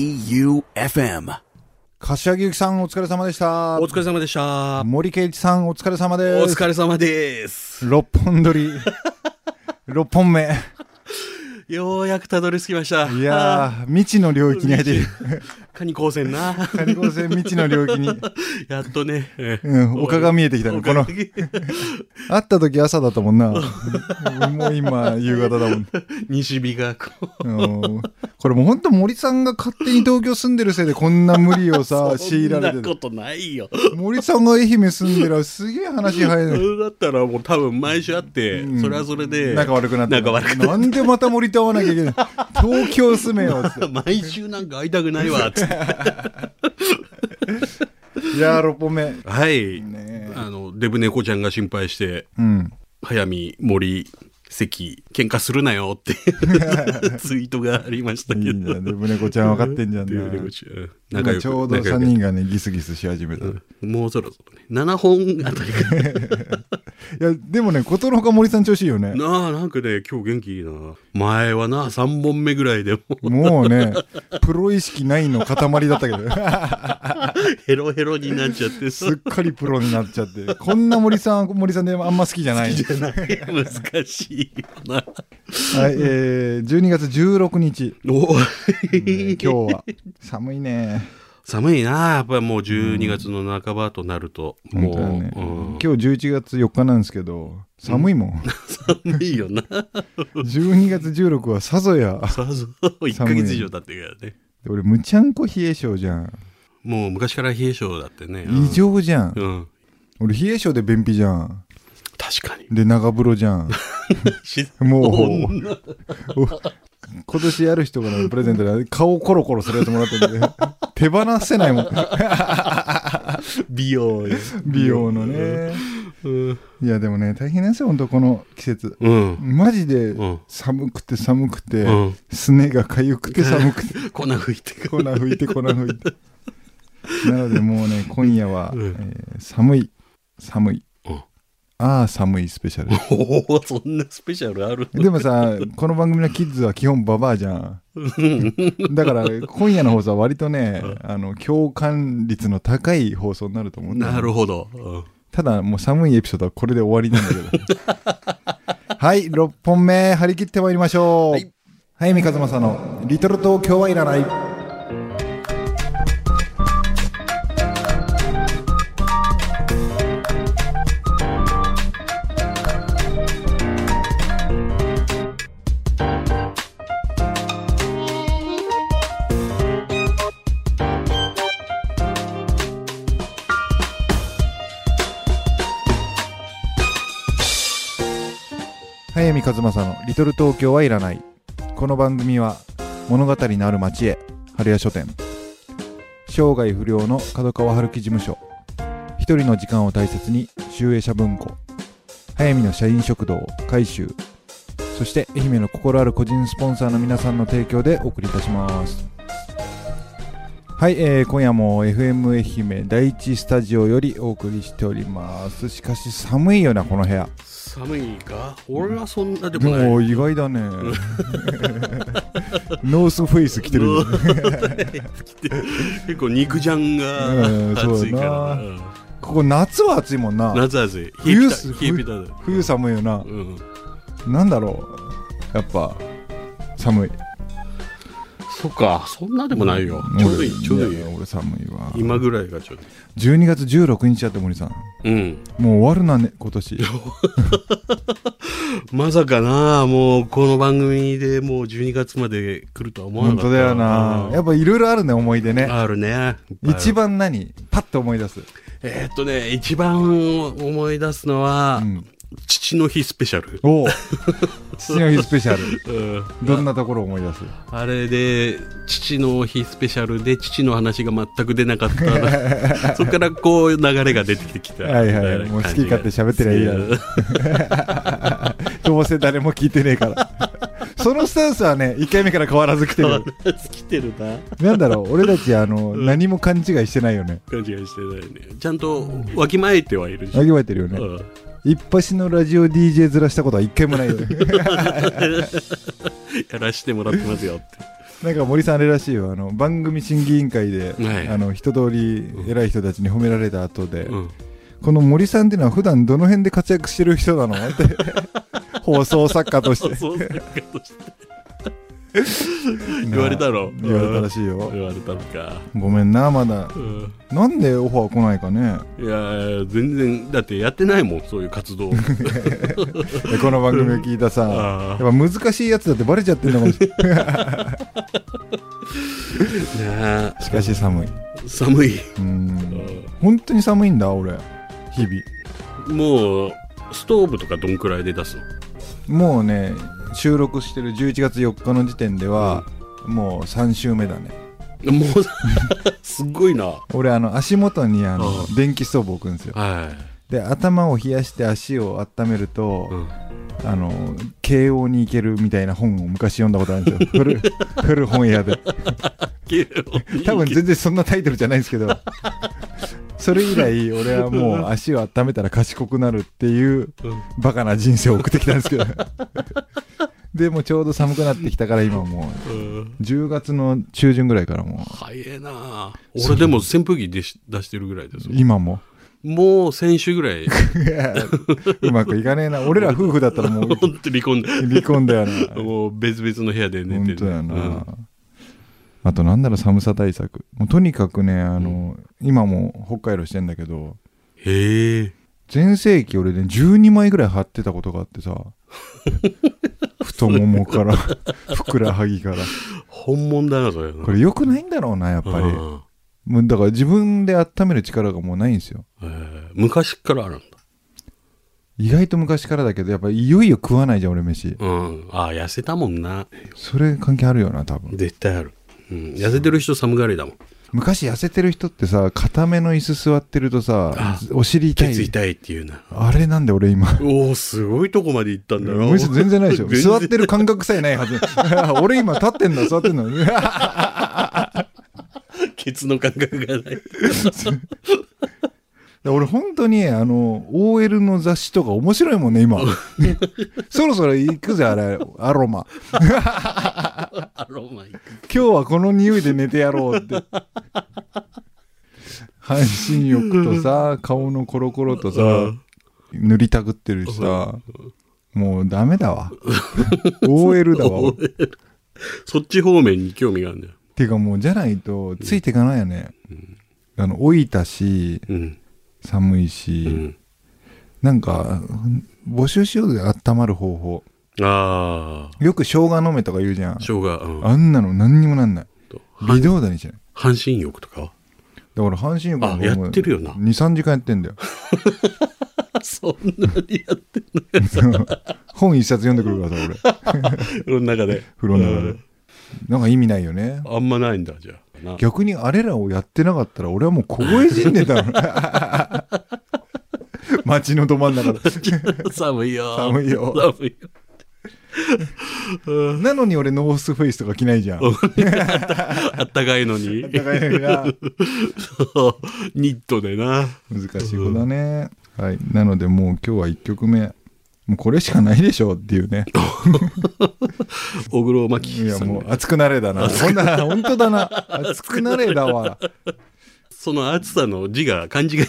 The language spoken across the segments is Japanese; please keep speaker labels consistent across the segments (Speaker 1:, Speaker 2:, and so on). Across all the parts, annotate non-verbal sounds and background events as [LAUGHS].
Speaker 1: J-O-E-U-F-M
Speaker 2: 柏木由紀さんお疲れ様でした
Speaker 3: お疲れ様でした。
Speaker 2: 森圭一さんお疲れ様
Speaker 3: お
Speaker 2: です
Speaker 3: 疲れ様です。
Speaker 2: 六本撮り [LAUGHS] 六本目
Speaker 3: ようやくたどり着きました。
Speaker 2: いや
Speaker 3: [LAUGHS]
Speaker 2: ー未知の領域に入っている
Speaker 3: あー、カニ光線な。 [LAUGHS]
Speaker 2: 谷高線未知の領域に、
Speaker 3: やっとね。
Speaker 2: うん、丘が見えてきたねこの会った時朝だったもんなもう今夕方だもん
Speaker 3: [LAUGHS] 西日がこう。
Speaker 2: うんこれもうほんと森さんが勝手に東京住んでるせいでこんな無理をさ強いら
Speaker 3: [LAUGHS] そ
Speaker 2: れて
Speaker 3: んなこ
Speaker 2: る
Speaker 3: とないよ。
Speaker 2: 森さんが愛媛住んでるすげえ話早いの
Speaker 3: それだったらもう多分毎週会って、それはそれで。
Speaker 2: 仲悪くなって
Speaker 3: 仲悪くなっ
Speaker 2: なんでまた森と会わなきゃいけない
Speaker 3: [LAUGHS]
Speaker 2: 東京住めよっつって
Speaker 3: て。毎週なんか会いたくないわ、つ
Speaker 2: [LAUGHS]
Speaker 3: って。
Speaker 2: いやー6本目
Speaker 3: はい。
Speaker 2: ね
Speaker 3: あの、デブ猫ちゃんが心配して、
Speaker 2: うん
Speaker 3: 早見、森、関、喧嘩するなよって
Speaker 2: [LAUGHS]
Speaker 3: ツイートがありました
Speaker 2: い
Speaker 3: け
Speaker 2: いんだ
Speaker 3: ど。
Speaker 2: ね胸子ちゃん分かってんじゃん
Speaker 3: デブ
Speaker 2: ね
Speaker 3: 猫ちゃん仲良
Speaker 2: 今
Speaker 3: く
Speaker 2: ちょうど
Speaker 3: 仲良
Speaker 2: 3
Speaker 3: く
Speaker 2: 人がねギスギスし始めた、い
Speaker 3: もうそろそろね。7本あたりか
Speaker 2: やでもねことのほか森さん調子いいよね [LAUGHS]
Speaker 3: ら。なあ、なんかね、今日元気いいな。前はな、3本目ぐらいでもう
Speaker 2: [LAUGHS] もうねプロ意識ないの塊だったけど [LAUGHS]
Speaker 3: ヘロヘロになっちゃってさ
Speaker 2: すっ。かりプロになっちゃってこんな森さんは森さんであんま好きじゃない
Speaker 3: じゃない難しいよな。
Speaker 2: はいえー、12月16日、
Speaker 3: お
Speaker 2: えー今日は寒いね
Speaker 3: 寒いな、やっぱりもう12月の半ばとなると、
Speaker 2: 本
Speaker 3: も
Speaker 2: 当
Speaker 3: う、
Speaker 2: だね、
Speaker 3: うん
Speaker 2: 今日11月4日なんですけど寒いもん、
Speaker 3: 寒いよ
Speaker 2: [LAUGHS]
Speaker 3: な。
Speaker 2: 12月16はさぞや
Speaker 3: さぞ、1ヶ月以上経ってるからね。
Speaker 2: 俺むちゃんこ冷え性じゃん
Speaker 3: もう昔から冷え性だってね。うん
Speaker 2: 異常じゃん
Speaker 3: うん。
Speaker 2: 俺冷え性で便秘じゃん
Speaker 3: 確かに。
Speaker 2: で長風呂じゃんもう
Speaker 3: [LAUGHS] 女
Speaker 2: お今年やる人からのプレゼントで顔コロコロするやつもらってる
Speaker 3: [LAUGHS]
Speaker 2: んで手放せないもん
Speaker 3: [LAUGHS] 美容よ
Speaker 2: 美容のね
Speaker 3: うん。
Speaker 2: いやでもね大変なんですよ本当この季節
Speaker 3: うん。
Speaker 2: マジで
Speaker 3: うん
Speaker 2: 寒くて寒くて、
Speaker 3: うん
Speaker 2: すねがかゆくて寒くて
Speaker 3: 粉吹いてくる
Speaker 2: 粉吹いて粉吹いてなのでもうね今夜は、
Speaker 3: うん
Speaker 2: えー寒い寒い、
Speaker 3: うん
Speaker 2: ああ寒いスペシャル
Speaker 3: おおそんなスペシャルある
Speaker 2: でもさこの番組のキッズは基本ババアじゃんだから今夜の放送は割とね、あの共感率の高い放送になると思うんだよね
Speaker 3: なるほど、うん
Speaker 2: ただもう寒いエピソードはこれで終わりなんだけど [LAUGHS] はい6本目張り切ってまいりましょう
Speaker 3: はい
Speaker 2: 早見和正の「リトル東京はいらない」早見和正の「リトル東京はいらない」この番組は物語のある町へ春屋書店生涯不良の角川春樹事務所一人の時間を大切に集英社文庫早見の社員食堂改修そして愛媛の心ある個人スポンサーの皆さんの提供でお送りいたしますはい、えー今夜も FM 愛媛第一スタジオよりお送りしておりますしかし寒いよなこの部屋
Speaker 3: 寒いか俺はそんなで
Speaker 2: で
Speaker 3: もない
Speaker 2: も意外だねノースフェイス着てるよね
Speaker 3: [LAUGHS] 結構肉じゃん
Speaker 2: うん
Speaker 3: が暑いからな、
Speaker 2: そうここ夏は暑いもんな
Speaker 3: 夏暑い冷
Speaker 2: 冬
Speaker 3: え
Speaker 2: っす
Speaker 3: ピタ冷えピタだ
Speaker 2: 冬寒いよな
Speaker 3: うん、
Speaker 2: なんだろうやっぱ寒い
Speaker 3: そっかそんなでもないよ、ちょうどいい
Speaker 2: 俺
Speaker 3: ちょうどいい
Speaker 2: や俺寒いわ
Speaker 3: 今ぐらいがちょうどい
Speaker 2: 12月16日だって森さん
Speaker 3: いうん
Speaker 2: もう終わるなね今年
Speaker 3: まさかなもうこの番組でもう12月まで来るとは思わな
Speaker 2: 本
Speaker 3: かった
Speaker 2: 当だよなやっぱいろいろあるね思い出ね
Speaker 3: あるねいっぱいある
Speaker 2: 一番何パッと思い出す
Speaker 3: えーっとね一番思い出すのは、
Speaker 2: ん
Speaker 3: 父の日スペシャル、 [LAUGHS]
Speaker 2: おお父の日スペシャル
Speaker 3: うん
Speaker 2: どんなところを思い出す
Speaker 3: あれで父の日スペシャルで父の話が全く出なかった
Speaker 2: [LAUGHS]
Speaker 3: そこからこう流れが出てきた
Speaker 2: はいはいもう好き勝手喋ってりゃいいだろ
Speaker 3: ろ
Speaker 2: [LAUGHS] どうせ誰も聞いてねえから [LAUGHS] そのスタンスはね1回目から変わらず来てる
Speaker 3: き [LAUGHS] てるな
Speaker 2: なんだろう俺たちあの、何も勘違いしてないよね
Speaker 3: 感じがしてないねちゃんとわきまえてはいるし、
Speaker 2: あげわえてるよね、
Speaker 3: うん
Speaker 2: 一発のラジオ DJ
Speaker 3: [LAUGHS]
Speaker 2: ずらしたことは一回もないよね
Speaker 3: やらしてもらってますよって
Speaker 2: なんか森さんあれらしいよあの番組審議委員会で、
Speaker 3: はい
Speaker 2: あの一通り偉い人たちに褒められた後で、
Speaker 3: うん
Speaker 2: この森さんっていうのは普段どの辺で活躍してる人なのって
Speaker 3: [LAUGHS]
Speaker 2: 放送作家として
Speaker 3: そうそう作家として言われたろ
Speaker 2: 言われたらしいよ
Speaker 3: 言われたのか、
Speaker 2: ごめんなまだ
Speaker 3: うん
Speaker 2: なんでオファー来ないかね
Speaker 3: いやー全然だってやってないもんそういう活
Speaker 2: [LAUGHS]
Speaker 3: 動
Speaker 2: え [LAUGHS] この番組を聞いたさや
Speaker 3: あ
Speaker 2: っ
Speaker 3: ー
Speaker 2: ぱ難しいやつだってバレちゃってるのかも [LAUGHS] しれない
Speaker 3: ね
Speaker 2: しかし寒い
Speaker 3: え寒い、
Speaker 2: うん本当に寒いんだ俺日々
Speaker 3: うんもうストーブとかどんくらいで出すの
Speaker 2: もうね収録してる11月4日の時点では、もう3週目だね
Speaker 3: もうすごいなは
Speaker 2: 俺あの足元にあの
Speaker 3: ああ
Speaker 2: 電気ストーブ置くんですよで頭を冷やして足を温めると
Speaker 3: い、、うん
Speaker 2: あの慶応に行けるみたいな本を昔読んだことあるんですよ古古本屋で [LAUGHS] 多分全然そんなタイトルじゃないんです
Speaker 3: [LAUGHS]
Speaker 2: けどそれ以来俺はもう足を温めたら賢くなるっていう
Speaker 3: うん
Speaker 2: バカな人生を送ってきたんですけ
Speaker 3: [LAUGHS]
Speaker 2: どでもちょうど寒くなってきたから今もう
Speaker 3: うん
Speaker 2: 10月の中旬ぐらいからも
Speaker 3: 早いな俺でも扇風機でし出してるぐらいです
Speaker 2: う今
Speaker 3: [LAUGHS]
Speaker 2: も
Speaker 3: もう先週ぐらい
Speaker 2: うまくいかねえな俺ら夫婦だったらもう
Speaker 3: 本当離婚で
Speaker 2: 離婚だよな
Speaker 3: もう別々の部屋で寝て
Speaker 2: 本
Speaker 3: る
Speaker 2: 当やな、あとなんだろう寒さ対策もうとにかくねあの、今も北海道してんだけど
Speaker 3: うんへえ
Speaker 2: 全盛期俺ね12枚ぐらい貼ってたことがあ
Speaker 3: [LAUGHS]
Speaker 2: ってさ太ももからふくらはぎから
Speaker 3: 本物だなそれ
Speaker 2: これ良くないんだろうなやっぱり
Speaker 3: うん
Speaker 2: もうだから自分で温める力がもうないんですよ
Speaker 3: えー昔からあるんだ
Speaker 2: 意外と昔からだけどやっぱいよいよ食わないじゃん俺飯
Speaker 3: うんああ痩せたもんな
Speaker 2: それ関係あるよな多分
Speaker 3: 絶対ある、うん、痩せてる人寒がりだもん
Speaker 2: 昔痩せてる人ってさ固めの椅子座ってるとさ
Speaker 3: あ
Speaker 2: お尻痛
Speaker 3: ケ
Speaker 2: い
Speaker 3: ツ痛いっていうな
Speaker 2: あれなんで俺今
Speaker 3: おおすごいとこまで行ったんだな
Speaker 2: むしろ全然ないでしょ
Speaker 3: [LAUGHS] 全然
Speaker 2: 座ってる感覚さえないはず [LAUGHS] 俺今立ってんだ座ってんだ
Speaker 3: ケツの感覚がない
Speaker 2: 俺本当にあの OL の雑誌とか面白いもんね今そろそろ行くぜあれアロマ
Speaker 3: アロマ行く
Speaker 2: 今日はこの匂いで寝てやろうって半身浴とさ顔のコロコロとさ塗りたくってるしさもうダメだわ OL だわ
Speaker 3: そっち方面に興味があるんだよ
Speaker 2: ていうかもうじゃないとついていかないよね、あの老いたし
Speaker 3: うん
Speaker 2: 寒いうし、
Speaker 3: ん
Speaker 2: なんか募集しようで温まる方法
Speaker 3: ああ
Speaker 2: よく生姜飲めとか言うじゃん
Speaker 3: 生姜、うん、
Speaker 2: あんなの何にもなんない
Speaker 3: と
Speaker 2: 微動だにしない
Speaker 3: 半身浴とか
Speaker 2: だから半身浴
Speaker 3: あやってるよな
Speaker 2: 23時間やって
Speaker 3: [LAUGHS]
Speaker 2: んだよ
Speaker 3: そんなにやってんの
Speaker 2: 本一冊読んでくるからさ俺
Speaker 3: 風呂の中で
Speaker 2: 風呂の中で、なんか意味ないよね
Speaker 3: うんあんまないんだじゃあな
Speaker 2: 逆にあれらをやってなかったら俺はもう凍え死んでた
Speaker 3: [LAUGHS]
Speaker 2: の街のど真ん中で
Speaker 3: 寒いよ
Speaker 2: [LAUGHS] [LAUGHS] 寒いよ
Speaker 3: 寒いよ
Speaker 2: なのに俺ノースフェイスとか着ないじ
Speaker 3: [LAUGHS]
Speaker 2: ゃん。
Speaker 3: あったかいのに
Speaker 2: だから
Speaker 3: ニットでな
Speaker 2: 難しい子だね。はい。なのでもう今日は1曲目。もうこれしかないでしょうっていうね。
Speaker 3: 小黒摩
Speaker 2: い
Speaker 3: 季
Speaker 2: や
Speaker 3: さん
Speaker 2: もう熱くなれだな。ほんなら本当だな。熱くなれだわ。
Speaker 3: その暑さの字が漢字が違う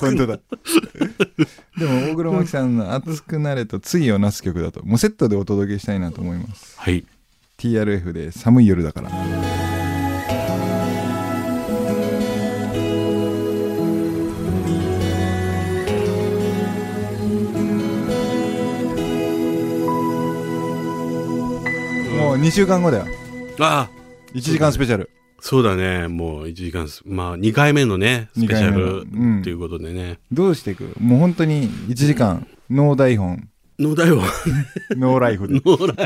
Speaker 2: 本当だ。でも大黒摩季さんの熱くなれと次をなす曲だと。もうセットでお届けしたいなと思います。
Speaker 3: はい
Speaker 2: TRF で寒い夜だから。もう2週間後だよ。
Speaker 3: ああ
Speaker 2: 1時間スペシャル。
Speaker 3: そうだねもう1時間すまあ2回目のねスペシャル
Speaker 2: 二回目のうん
Speaker 3: っていうことでね
Speaker 2: どうしていくもう本当に1時間、ノー台本、
Speaker 3: のだよ
Speaker 2: ノーライ
Speaker 3: [LAUGHS]
Speaker 2: フで。
Speaker 3: のだよ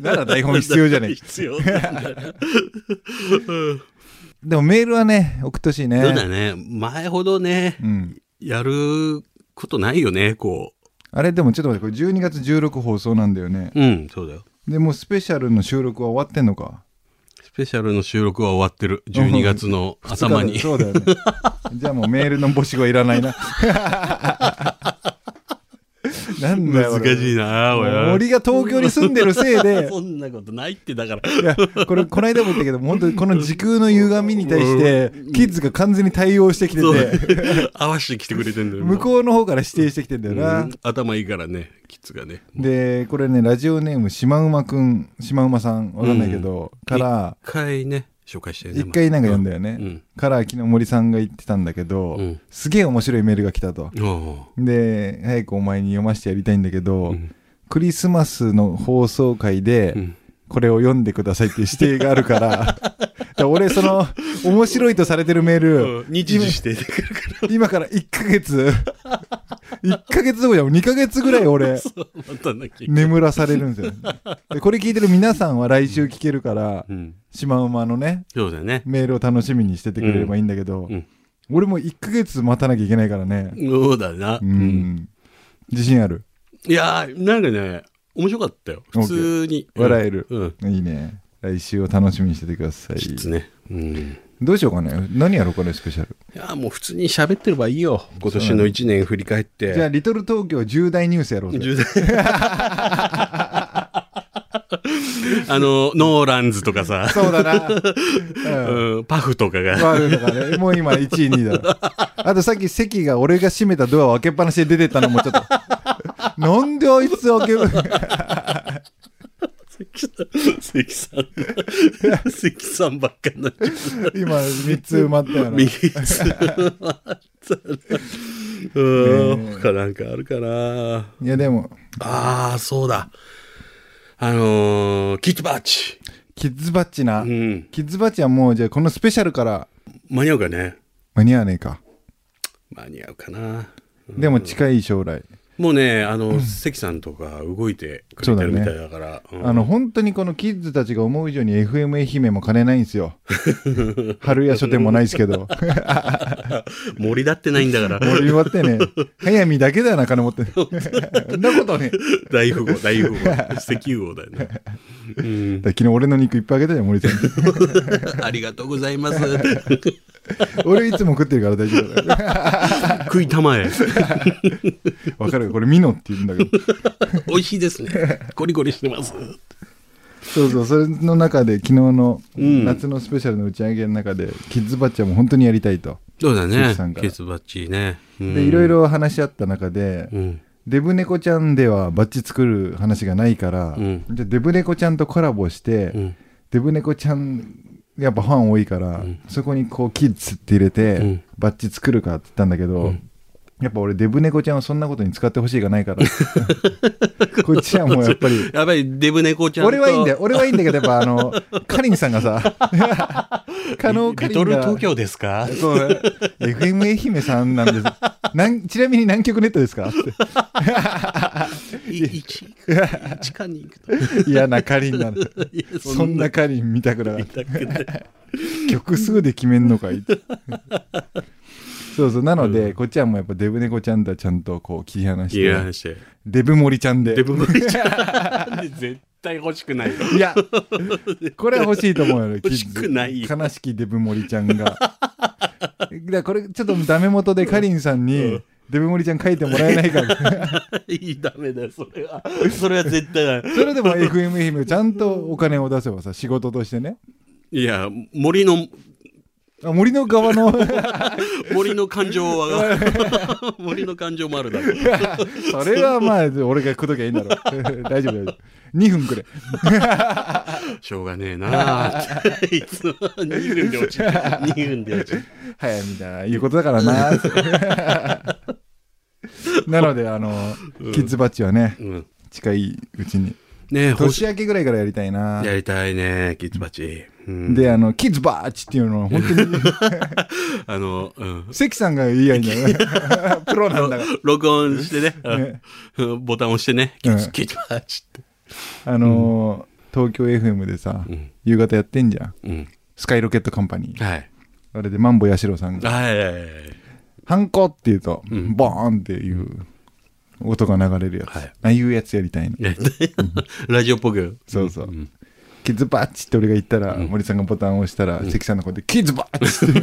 Speaker 2: なら台本必要じゃない。
Speaker 3: 必要なんだよ
Speaker 2: でもメールはね、送ってほしいね。
Speaker 3: そうだね前ほどね
Speaker 2: うん。
Speaker 3: やることないよねこ
Speaker 2: あれでもちょっと待って、これ12月16放送なんだよね。
Speaker 3: ううんそうだよ
Speaker 2: でもうスペシャルの収録は終わってんのか。
Speaker 3: スペシャルの収録は終わってる12月の頭に
Speaker 2: [LAUGHS] そう
Speaker 3: [LAUGHS]
Speaker 2: だよね。じゃあもうメールの募集はいらないな。なんだよこれ
Speaker 3: 難しいなおい
Speaker 2: 森が東京に住んでるせ
Speaker 3: [LAUGHS]
Speaker 2: いで
Speaker 3: そんなことないってだから
Speaker 2: いやこれこの間も言ったけど本当にこの時空の歪みに対してキッズが完全に対応してきて
Speaker 3: そう
Speaker 2: て
Speaker 3: 合わしてきてくれてんだよ
Speaker 2: 向こうの方から指定してきてんだよな、
Speaker 3: うん頭いいからねキッズがね
Speaker 2: でこれねラジオネームシマウマくんシマウマさんわかんないけど、から
Speaker 3: 一回ね紹介してね
Speaker 2: 一回なんか読んだよね、
Speaker 3: うん
Speaker 2: から昨日森さんが言ってたんだけど、
Speaker 3: うん
Speaker 2: すげえ面白いメールが来たと
Speaker 3: お
Speaker 2: で早くお前に読ませてやりたいんだけど、
Speaker 3: ーうん
Speaker 2: クリスマスの放送回で
Speaker 3: うん
Speaker 2: これを読んでくださいっていう指定があるから
Speaker 3: [LAUGHS]
Speaker 2: だから俺その面白いとされてるメール、
Speaker 3: うん日時して
Speaker 2: 今から1ヶ月1ヶ月どころじゃもう2ヶ月ぐらい
Speaker 3: [LAUGHS]
Speaker 2: 俺
Speaker 3: またなきゃ
Speaker 2: 眠らされるんですよでこれ聞いてる皆さんは来週聞けるから
Speaker 3: うん
Speaker 2: シマウマのね
Speaker 3: そうだよね
Speaker 2: メールを楽しみにしててくれればいいんだけど、
Speaker 3: うん
Speaker 2: 俺も1ヶ月待たなきゃいけないからね
Speaker 3: そうだな
Speaker 2: うん、自信ある
Speaker 3: いやーなんかね面白かったよ普通に
Speaker 2: 笑える
Speaker 3: うんうん
Speaker 2: いいね来週を楽しみにしててください
Speaker 3: キッズねうん
Speaker 2: どうしようかね何やろうこれスペシャル
Speaker 3: いやーもう普通に喋ってればいいよ今年の1年振り返っ
Speaker 2: じゃあ「
Speaker 3: て
Speaker 2: リトル東京重大ニュース」やろうぜ [LAUGHS]
Speaker 3: 重大あのノーランズとかさ、
Speaker 2: そうだな、うん
Speaker 3: うん、パフとかが
Speaker 2: ワールドがね、もう今1位、2位だ。あとさっき席が俺が閉めたドアを開けっぱなしで出てったのもちょっと。なんであいつ開ける
Speaker 3: 関さん関さんばっかになっちゃう
Speaker 2: [LAUGHS] 今3つ埋まったよな。
Speaker 3: 右つうん他なんかあるかない
Speaker 2: やでも、
Speaker 3: ああそうだあのー、キッズバッチ
Speaker 2: キッズバッチな。
Speaker 3: うん
Speaker 2: キッズバッチはもうじゃあこのスペシャルから
Speaker 3: 間に合うかね
Speaker 2: 間に合わねえか。
Speaker 3: 間に合うかな
Speaker 2: でも近い将来。
Speaker 3: もうねあの、関さんとか動いてくれてるみたいだからうん
Speaker 2: あの本当にこのキッズたちが思う以上に FM 愛媛も金ないんで
Speaker 3: [LAUGHS]
Speaker 2: すよ。春屋書店もないですけど。
Speaker 3: 盛りだってないんだ [LAUGHS] から
Speaker 2: 俺言わってね。早見だけだよな、金持って。そんなことね。
Speaker 3: 大富豪大富豪石油王だよ [LAUGHS] ね、うん
Speaker 2: だ、から昨日俺の肉いっぱいあげたじゃん、森さん。
Speaker 3: [LAUGHS] ありがとうございます
Speaker 2: 俺いつも食ってるから大丈夫だよ
Speaker 3: 食いたまえ
Speaker 2: わかるこれミノって言うんだけど
Speaker 3: 美味しいですねコリコリしてます
Speaker 2: そうそうそれの中で昨日の
Speaker 3: うん
Speaker 2: 夏のスペシャルの打ち上げの中で、キッズバッチャーも本当にやりたいと
Speaker 3: そうだ
Speaker 2: 関
Speaker 3: ね
Speaker 2: さんから
Speaker 3: ケツバッチね
Speaker 2: でいろい、ろ話し合った中で、
Speaker 3: うん
Speaker 2: デブ猫ちゃんではバッチ作る話がないから、
Speaker 3: うん
Speaker 2: じゃあデブ猫ちゃんとコラボして、
Speaker 3: うん
Speaker 2: デブ猫ちゃんやっぱファン多いから、
Speaker 3: うん
Speaker 2: そこにこうキッズって入れて、
Speaker 3: うん
Speaker 2: バッチ作るかって言ったんだけど、
Speaker 3: うん
Speaker 2: やっぱ俺デブ猫ちゃんはそんなことに使ってほしいがない
Speaker 3: [LAUGHS]
Speaker 2: からこっちはもうやっぱり
Speaker 3: やっぱりデブ猫ちゃんと
Speaker 2: 俺はいいんだよ俺はいいんだけどやっぱ
Speaker 3: [LAUGHS]
Speaker 2: あのカリンさんがさ加納カ
Speaker 3: リ
Speaker 2: リ
Speaker 3: ト
Speaker 2: ン
Speaker 3: ル
Speaker 2: が
Speaker 3: 東京ですか
Speaker 2: そう FM 愛媛さんなんですなんちなみに南極ネットですかって
Speaker 3: 一一かに行くと
Speaker 2: 嫌なカリンなんだ
Speaker 3: いや
Speaker 2: そんなカリン見たくなかっ
Speaker 3: 痛くない
Speaker 2: た曲数で決めんのかいってそうそうなので、こっちはもうやっぱデブ猫ちゃんとはちゃんとこう切り離し
Speaker 3: いや
Speaker 2: て
Speaker 3: して
Speaker 2: デブ森ちゃんで
Speaker 3: デブ森ちゃんで絶対欲しくない
Speaker 2: いや、これは欲しいと思うよ。
Speaker 3: [LAUGHS] 欲しくないよ
Speaker 2: キッズ悲しきデブ森ちゃんが。だ [LAUGHS] からこれ、ちょっとダメ元でかりんさんに、デブ森ちゃん書いてもらえない
Speaker 3: [LAUGHS]
Speaker 2: から。
Speaker 3: いいダメだよそれはそれは絶対だ
Speaker 2: それでも FM 愛媛をちゃんとお金を出せばさ、仕事としてね。
Speaker 3: いや森の
Speaker 2: あ森の
Speaker 3: [LAUGHS]
Speaker 2: 側の
Speaker 3: 森の感情は [LAUGHS] 森の感情もあるだろう
Speaker 2: それはまあ俺がくどきゃいいんだろう [LAUGHS] 大丈夫大丈夫2分くれ
Speaker 3: しょうがねえな [LAUGHS] いつも2分で落ち [LAUGHS] る2分で落ちる
Speaker 2: 早見だいうことだからな
Speaker 3: [LAUGHS]
Speaker 2: なのであの、キッズバッジはね
Speaker 3: うん
Speaker 2: 近いうちに
Speaker 3: ねえ欲し
Speaker 2: 年明けぐらいからやりたいな
Speaker 3: やりたいねキッズバチうん
Speaker 2: で、あの、キッズバーチっていうのは、本
Speaker 3: [LAUGHS]
Speaker 2: 当に、
Speaker 3: あのうん
Speaker 2: 関さんが言い合いん
Speaker 3: [LAUGHS]
Speaker 2: だよね。プロなんだから。
Speaker 3: 録音してねうん
Speaker 2: ね
Speaker 3: うんボタン押してねキッ
Speaker 2: う
Speaker 3: ズ
Speaker 2: ん
Speaker 3: キッズバチって
Speaker 2: あのー東京 FM でさ、
Speaker 3: ん
Speaker 2: 夕方やってんじゃん。
Speaker 3: うん
Speaker 2: スカイロケットカンパニー。
Speaker 3: はい
Speaker 2: あれで、マンボヤシロさんが、
Speaker 3: はいはいはい
Speaker 2: ハンコって言うと、
Speaker 3: ん
Speaker 2: ボーンっていう音が流れるやつ。
Speaker 3: はい
Speaker 2: ああいうやつやりたいの。
Speaker 3: ね [LAUGHS] ラジオっぽく
Speaker 2: そうそう。
Speaker 3: ん
Speaker 2: キッズバッチって俺が言ったら、
Speaker 3: うん
Speaker 2: 森さんがボタンを押したら、関さんの声で、キッズバッチって、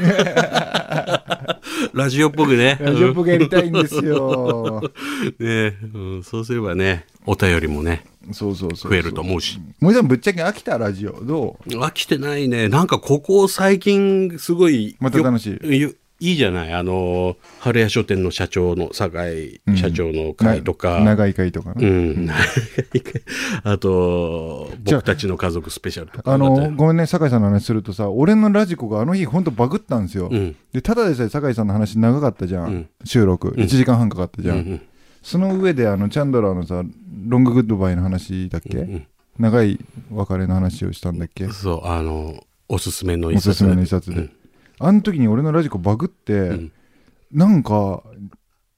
Speaker 3: ラジオっぽくね。
Speaker 2: ラジオっぽくやりたいんです
Speaker 3: [LAUGHS]
Speaker 2: よ。
Speaker 3: うんね、うん、そうすればね、お便りもね、
Speaker 2: そうそうそう。
Speaker 3: 増えると思うし。
Speaker 2: 森さん、ぶっちゃけ飽きたラジオ、どう
Speaker 3: 飽きてないね。なんかここ最近すごい。
Speaker 2: また楽し
Speaker 3: い。よいいじゃないあの、春屋書店の社長の、酒井社長の会とか。
Speaker 2: な長い会とかな、
Speaker 3: うん。 [LAUGHS] あと、
Speaker 2: じゃあ
Speaker 3: 僕たちの家族スペシャルとか
Speaker 2: あ
Speaker 3: だった
Speaker 2: の
Speaker 3: よ
Speaker 2: ごめんね酒井さんの話するとさ俺のラジコがあの日本当バグったんですよ、
Speaker 3: うん
Speaker 2: でただでさえ酒井さんの話長かったじゃん、
Speaker 3: うん
Speaker 2: 収録1時間半かかったじゃん、
Speaker 3: うん
Speaker 2: その上であのチャンドラーのさロンググッドバイの話だっけ、
Speaker 3: うん
Speaker 2: 長い別れの話をしたんだっけ
Speaker 3: うんそう、あの、おすすめの
Speaker 2: お
Speaker 3: 一冊。
Speaker 2: すすめの一冊で、
Speaker 3: うん
Speaker 2: あの時に俺のラジコバグって、
Speaker 3: ん
Speaker 2: なんか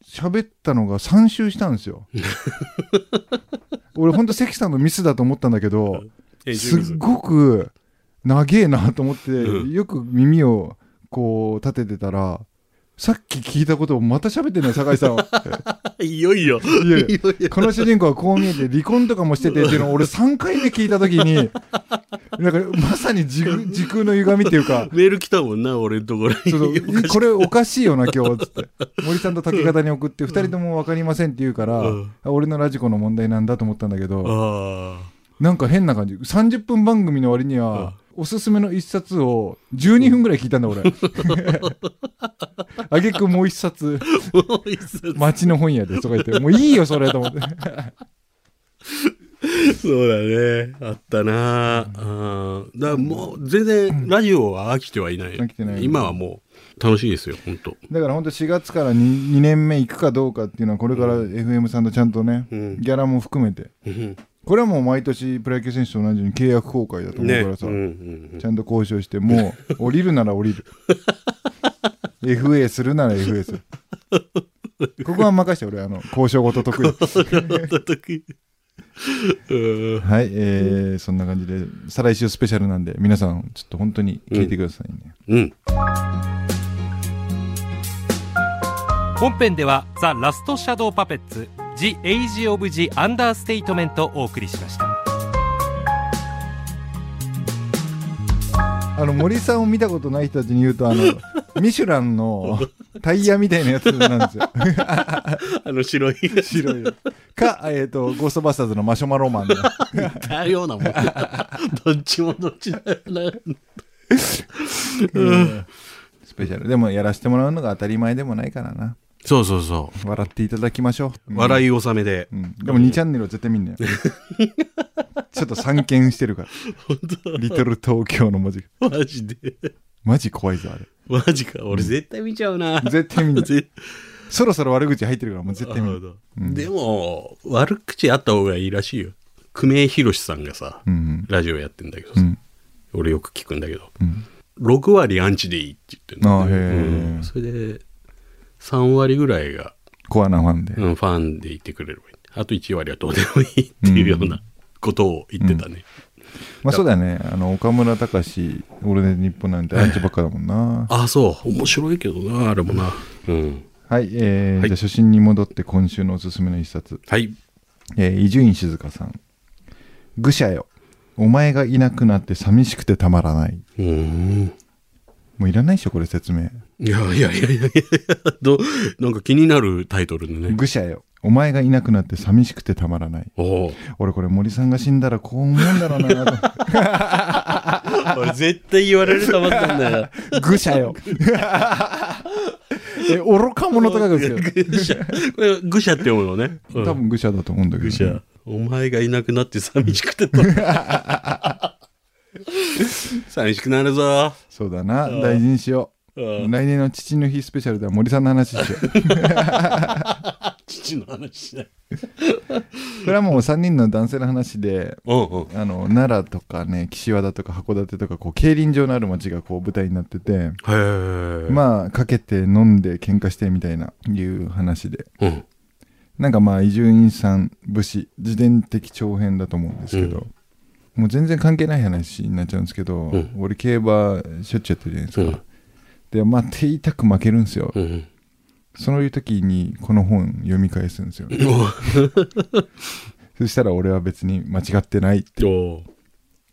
Speaker 2: 喋ったのが3周したんで
Speaker 3: [LAUGHS]
Speaker 2: すよ俺ほんと関さんのミスだと思ったんだけど、
Speaker 3: え
Speaker 2: すっごく長えなと思って、
Speaker 3: うん
Speaker 2: よく耳をこう立ててたらさっき聞いたことをまた喋ってんのよ酒井さ [LAUGHS] んは
Speaker 3: いよいよ。
Speaker 2: いやいや
Speaker 3: いよいよ。
Speaker 2: この主人公はこう見えて離婚とかもしててっていうのを俺3回目聞いた時になんかまさに時時空の歪みっていうか
Speaker 3: メール来たもんな、俺のところに。
Speaker 2: そうそうこれ [LAUGHS] おかしいよな今日つって森さんと竹方に送って2人とも分かりませんって言うから、
Speaker 3: うん
Speaker 2: あ俺のラジコの問題なんだと思ったんだけど、
Speaker 3: あ [LAUGHS]
Speaker 2: なんか変な感じ30分番組の割には、おすすめの一冊を12分ぐらい聞いたんだ俺あげくもう一冊
Speaker 3: あ。もう一冊。
Speaker 2: 町の本屋でとか言ってもういいよそれと思って
Speaker 3: そうだね。あったなあーだからもう、全然、ラジオは飽きてはいない。
Speaker 2: 飽きてない
Speaker 3: 今はもう、楽しいですよ、本当
Speaker 2: だから本当4月から 2, 2年目行くかどうかっていうのはこれから FM さんとちゃんとね、
Speaker 3: うん
Speaker 2: ギャラも含めて
Speaker 3: うん
Speaker 2: これはもう毎年プロ野球選手と同じように契約更改だと思う
Speaker 3: ね。
Speaker 2: からさ、
Speaker 3: うんうん
Speaker 2: ちゃんと交渉しても [LAUGHS] う降りるなら降りる FA するなら FA するここは任して俺あの交渉事 [LAUGHS] 得意
Speaker 3: うん。
Speaker 2: はい、えーそんな感じで再来週スペシャルなんで皆さんちょっと本当に聞いてくださいね、
Speaker 3: うん。
Speaker 1: 本編ではザ・ラストシャドーパペッツ The Age of the Understatement をお送りしました
Speaker 2: あの森さんを見たことない人たちに言うとあ [LAUGHS] のミシュランのタイヤみたいなやつなんですよ
Speaker 3: あの白い。
Speaker 2: 白 [LAUGHS] いかえっ、とゴーストバスターズのマシュマロマンの
Speaker 3: だようなもん。どっちもどっちだよな。
Speaker 2: うんスペシャルでもやらせてもらうのが当たり前でもないからな
Speaker 3: そうそうそ
Speaker 2: 笑っていただきましょう
Speaker 3: う。笑い納めで。
Speaker 2: うん、でも2チャンネルは絶対見 [LAUGHS] んなよちょっと散見してるから「リトル東京」の文字
Speaker 3: マジで。
Speaker 2: マジ怖いぞあれ
Speaker 3: マジか。俺絶対見ちゃうな。
Speaker 2: 絶対見んな
Speaker 3: 絶
Speaker 2: そろそろ悪口入ってるからもう絶対見
Speaker 3: なる
Speaker 2: ん
Speaker 3: ほ
Speaker 2: な
Speaker 3: どでも、悪口あった方がいいらしいよ。久米宏さんがさ、
Speaker 2: うん
Speaker 3: ラジオやってんだけど
Speaker 2: う
Speaker 3: さ、
Speaker 2: ん
Speaker 3: 俺よく聞くんだけど、
Speaker 2: うん
Speaker 3: 6割アンチでいいって言ってん
Speaker 2: あ
Speaker 3: の、
Speaker 2: ーへー
Speaker 3: うんそれで、3割ぐらいが、
Speaker 2: コアなファンで、
Speaker 3: うん、ファンでいてくれればいい。あと1割はどうでもいいっていうようなことを言ってたね。
Speaker 2: まあそうだよねあの岡村隆史俺で日本なんてアンチばっかだもんな
Speaker 3: ああ、そう。面白いけどな、あれもな。うん。
Speaker 2: はいえー
Speaker 3: はい
Speaker 2: じゃあ初心に戻って今週のおすすめの一冊
Speaker 3: はい。
Speaker 2: えー伊集院静香さん「愚者よお前がいなくなって寂しくてたまらない」
Speaker 3: うん。
Speaker 2: もういらないでしょこれ説明
Speaker 3: いやいやいやいやいや、どうなんか気になるタイトルでね。
Speaker 2: 愚者よお前がいなくなって寂しくてたまらない
Speaker 3: おお。
Speaker 2: 俺これ森さんが死んだらこう思うんだろうな
Speaker 3: 俺絶対言われると思ったんだよ。
Speaker 2: [LAUGHS] 愚者よえ愚か者とかがです
Speaker 3: [LAUGHS]
Speaker 2: よ
Speaker 3: 愚者。これ愚者って読むのね。うん
Speaker 2: 多分愚者だと思うんだけど、
Speaker 3: 愚
Speaker 2: ね、
Speaker 3: 者。お前がいなくなって寂しくてと。寂しくなるぞ。
Speaker 2: そうだな大事にしよ
Speaker 3: うん
Speaker 2: う来年の父の日スペシャルでは森さんの話しよ [LAUGHS] う
Speaker 3: 父の話しない。
Speaker 2: これはもう3人の男性の話で
Speaker 3: うんうん。
Speaker 2: あの奈良とかね岸和田とか函館とかこう競輪場のある町がこう舞台になってて
Speaker 3: へえ。
Speaker 2: まあかけて飲んで喧嘩してみたいないう話で
Speaker 3: うん。
Speaker 2: なんかまあ伊集院さん武士自伝的長編だと思うんですけど、もう全然関係ない話になっちゃうんですけど、
Speaker 3: うん
Speaker 2: 俺競馬しょっちゅうやってるじゃないですか、
Speaker 3: うん
Speaker 2: でまあ手痛く負けるんですよ、
Speaker 3: うん。
Speaker 2: そういう時にこの本読み返すんですよそしたら俺は別に間違ってないって
Speaker 3: おお。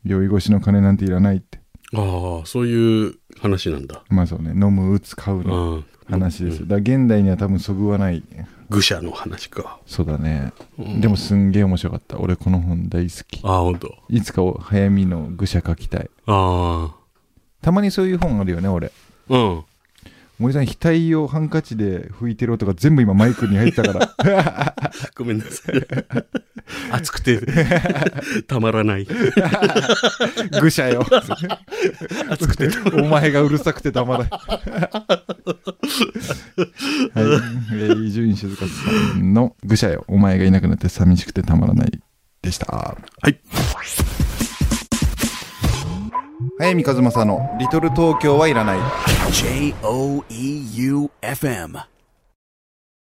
Speaker 2: 酔い越しの金なんていらないって
Speaker 3: ああ、そういう話なんだ。
Speaker 2: まあそうね飲む打つ買うの
Speaker 3: うん。
Speaker 2: 話ですよだから現代には多分そぐわない
Speaker 3: 愚者の話か。
Speaker 2: そうだね
Speaker 3: うん
Speaker 2: でもすんげえ面白かった俺この本大好き
Speaker 3: ああ、本当。
Speaker 2: いつかお早見の愚者書きたい
Speaker 3: あ
Speaker 2: たまにそういう本あるよね俺
Speaker 3: あ。うん。
Speaker 2: 森さん額をハンカチで拭いてる音が全部今マイクに入ったから
Speaker 3: [LAUGHS] ごめんなさい。熱く
Speaker 2: [LAUGHS]
Speaker 3: て、たまらない。
Speaker 2: 愚者よ
Speaker 3: 熱くてたま
Speaker 2: お前がうるさくてた
Speaker 3: [LAUGHS]
Speaker 2: まらないはいえー伊集院静香さんの「愚者よお前がいなくなって寂しくてたまらない」でした
Speaker 3: はい
Speaker 2: 早見和正の「リトル東京はいらない」
Speaker 4: J O E U F M.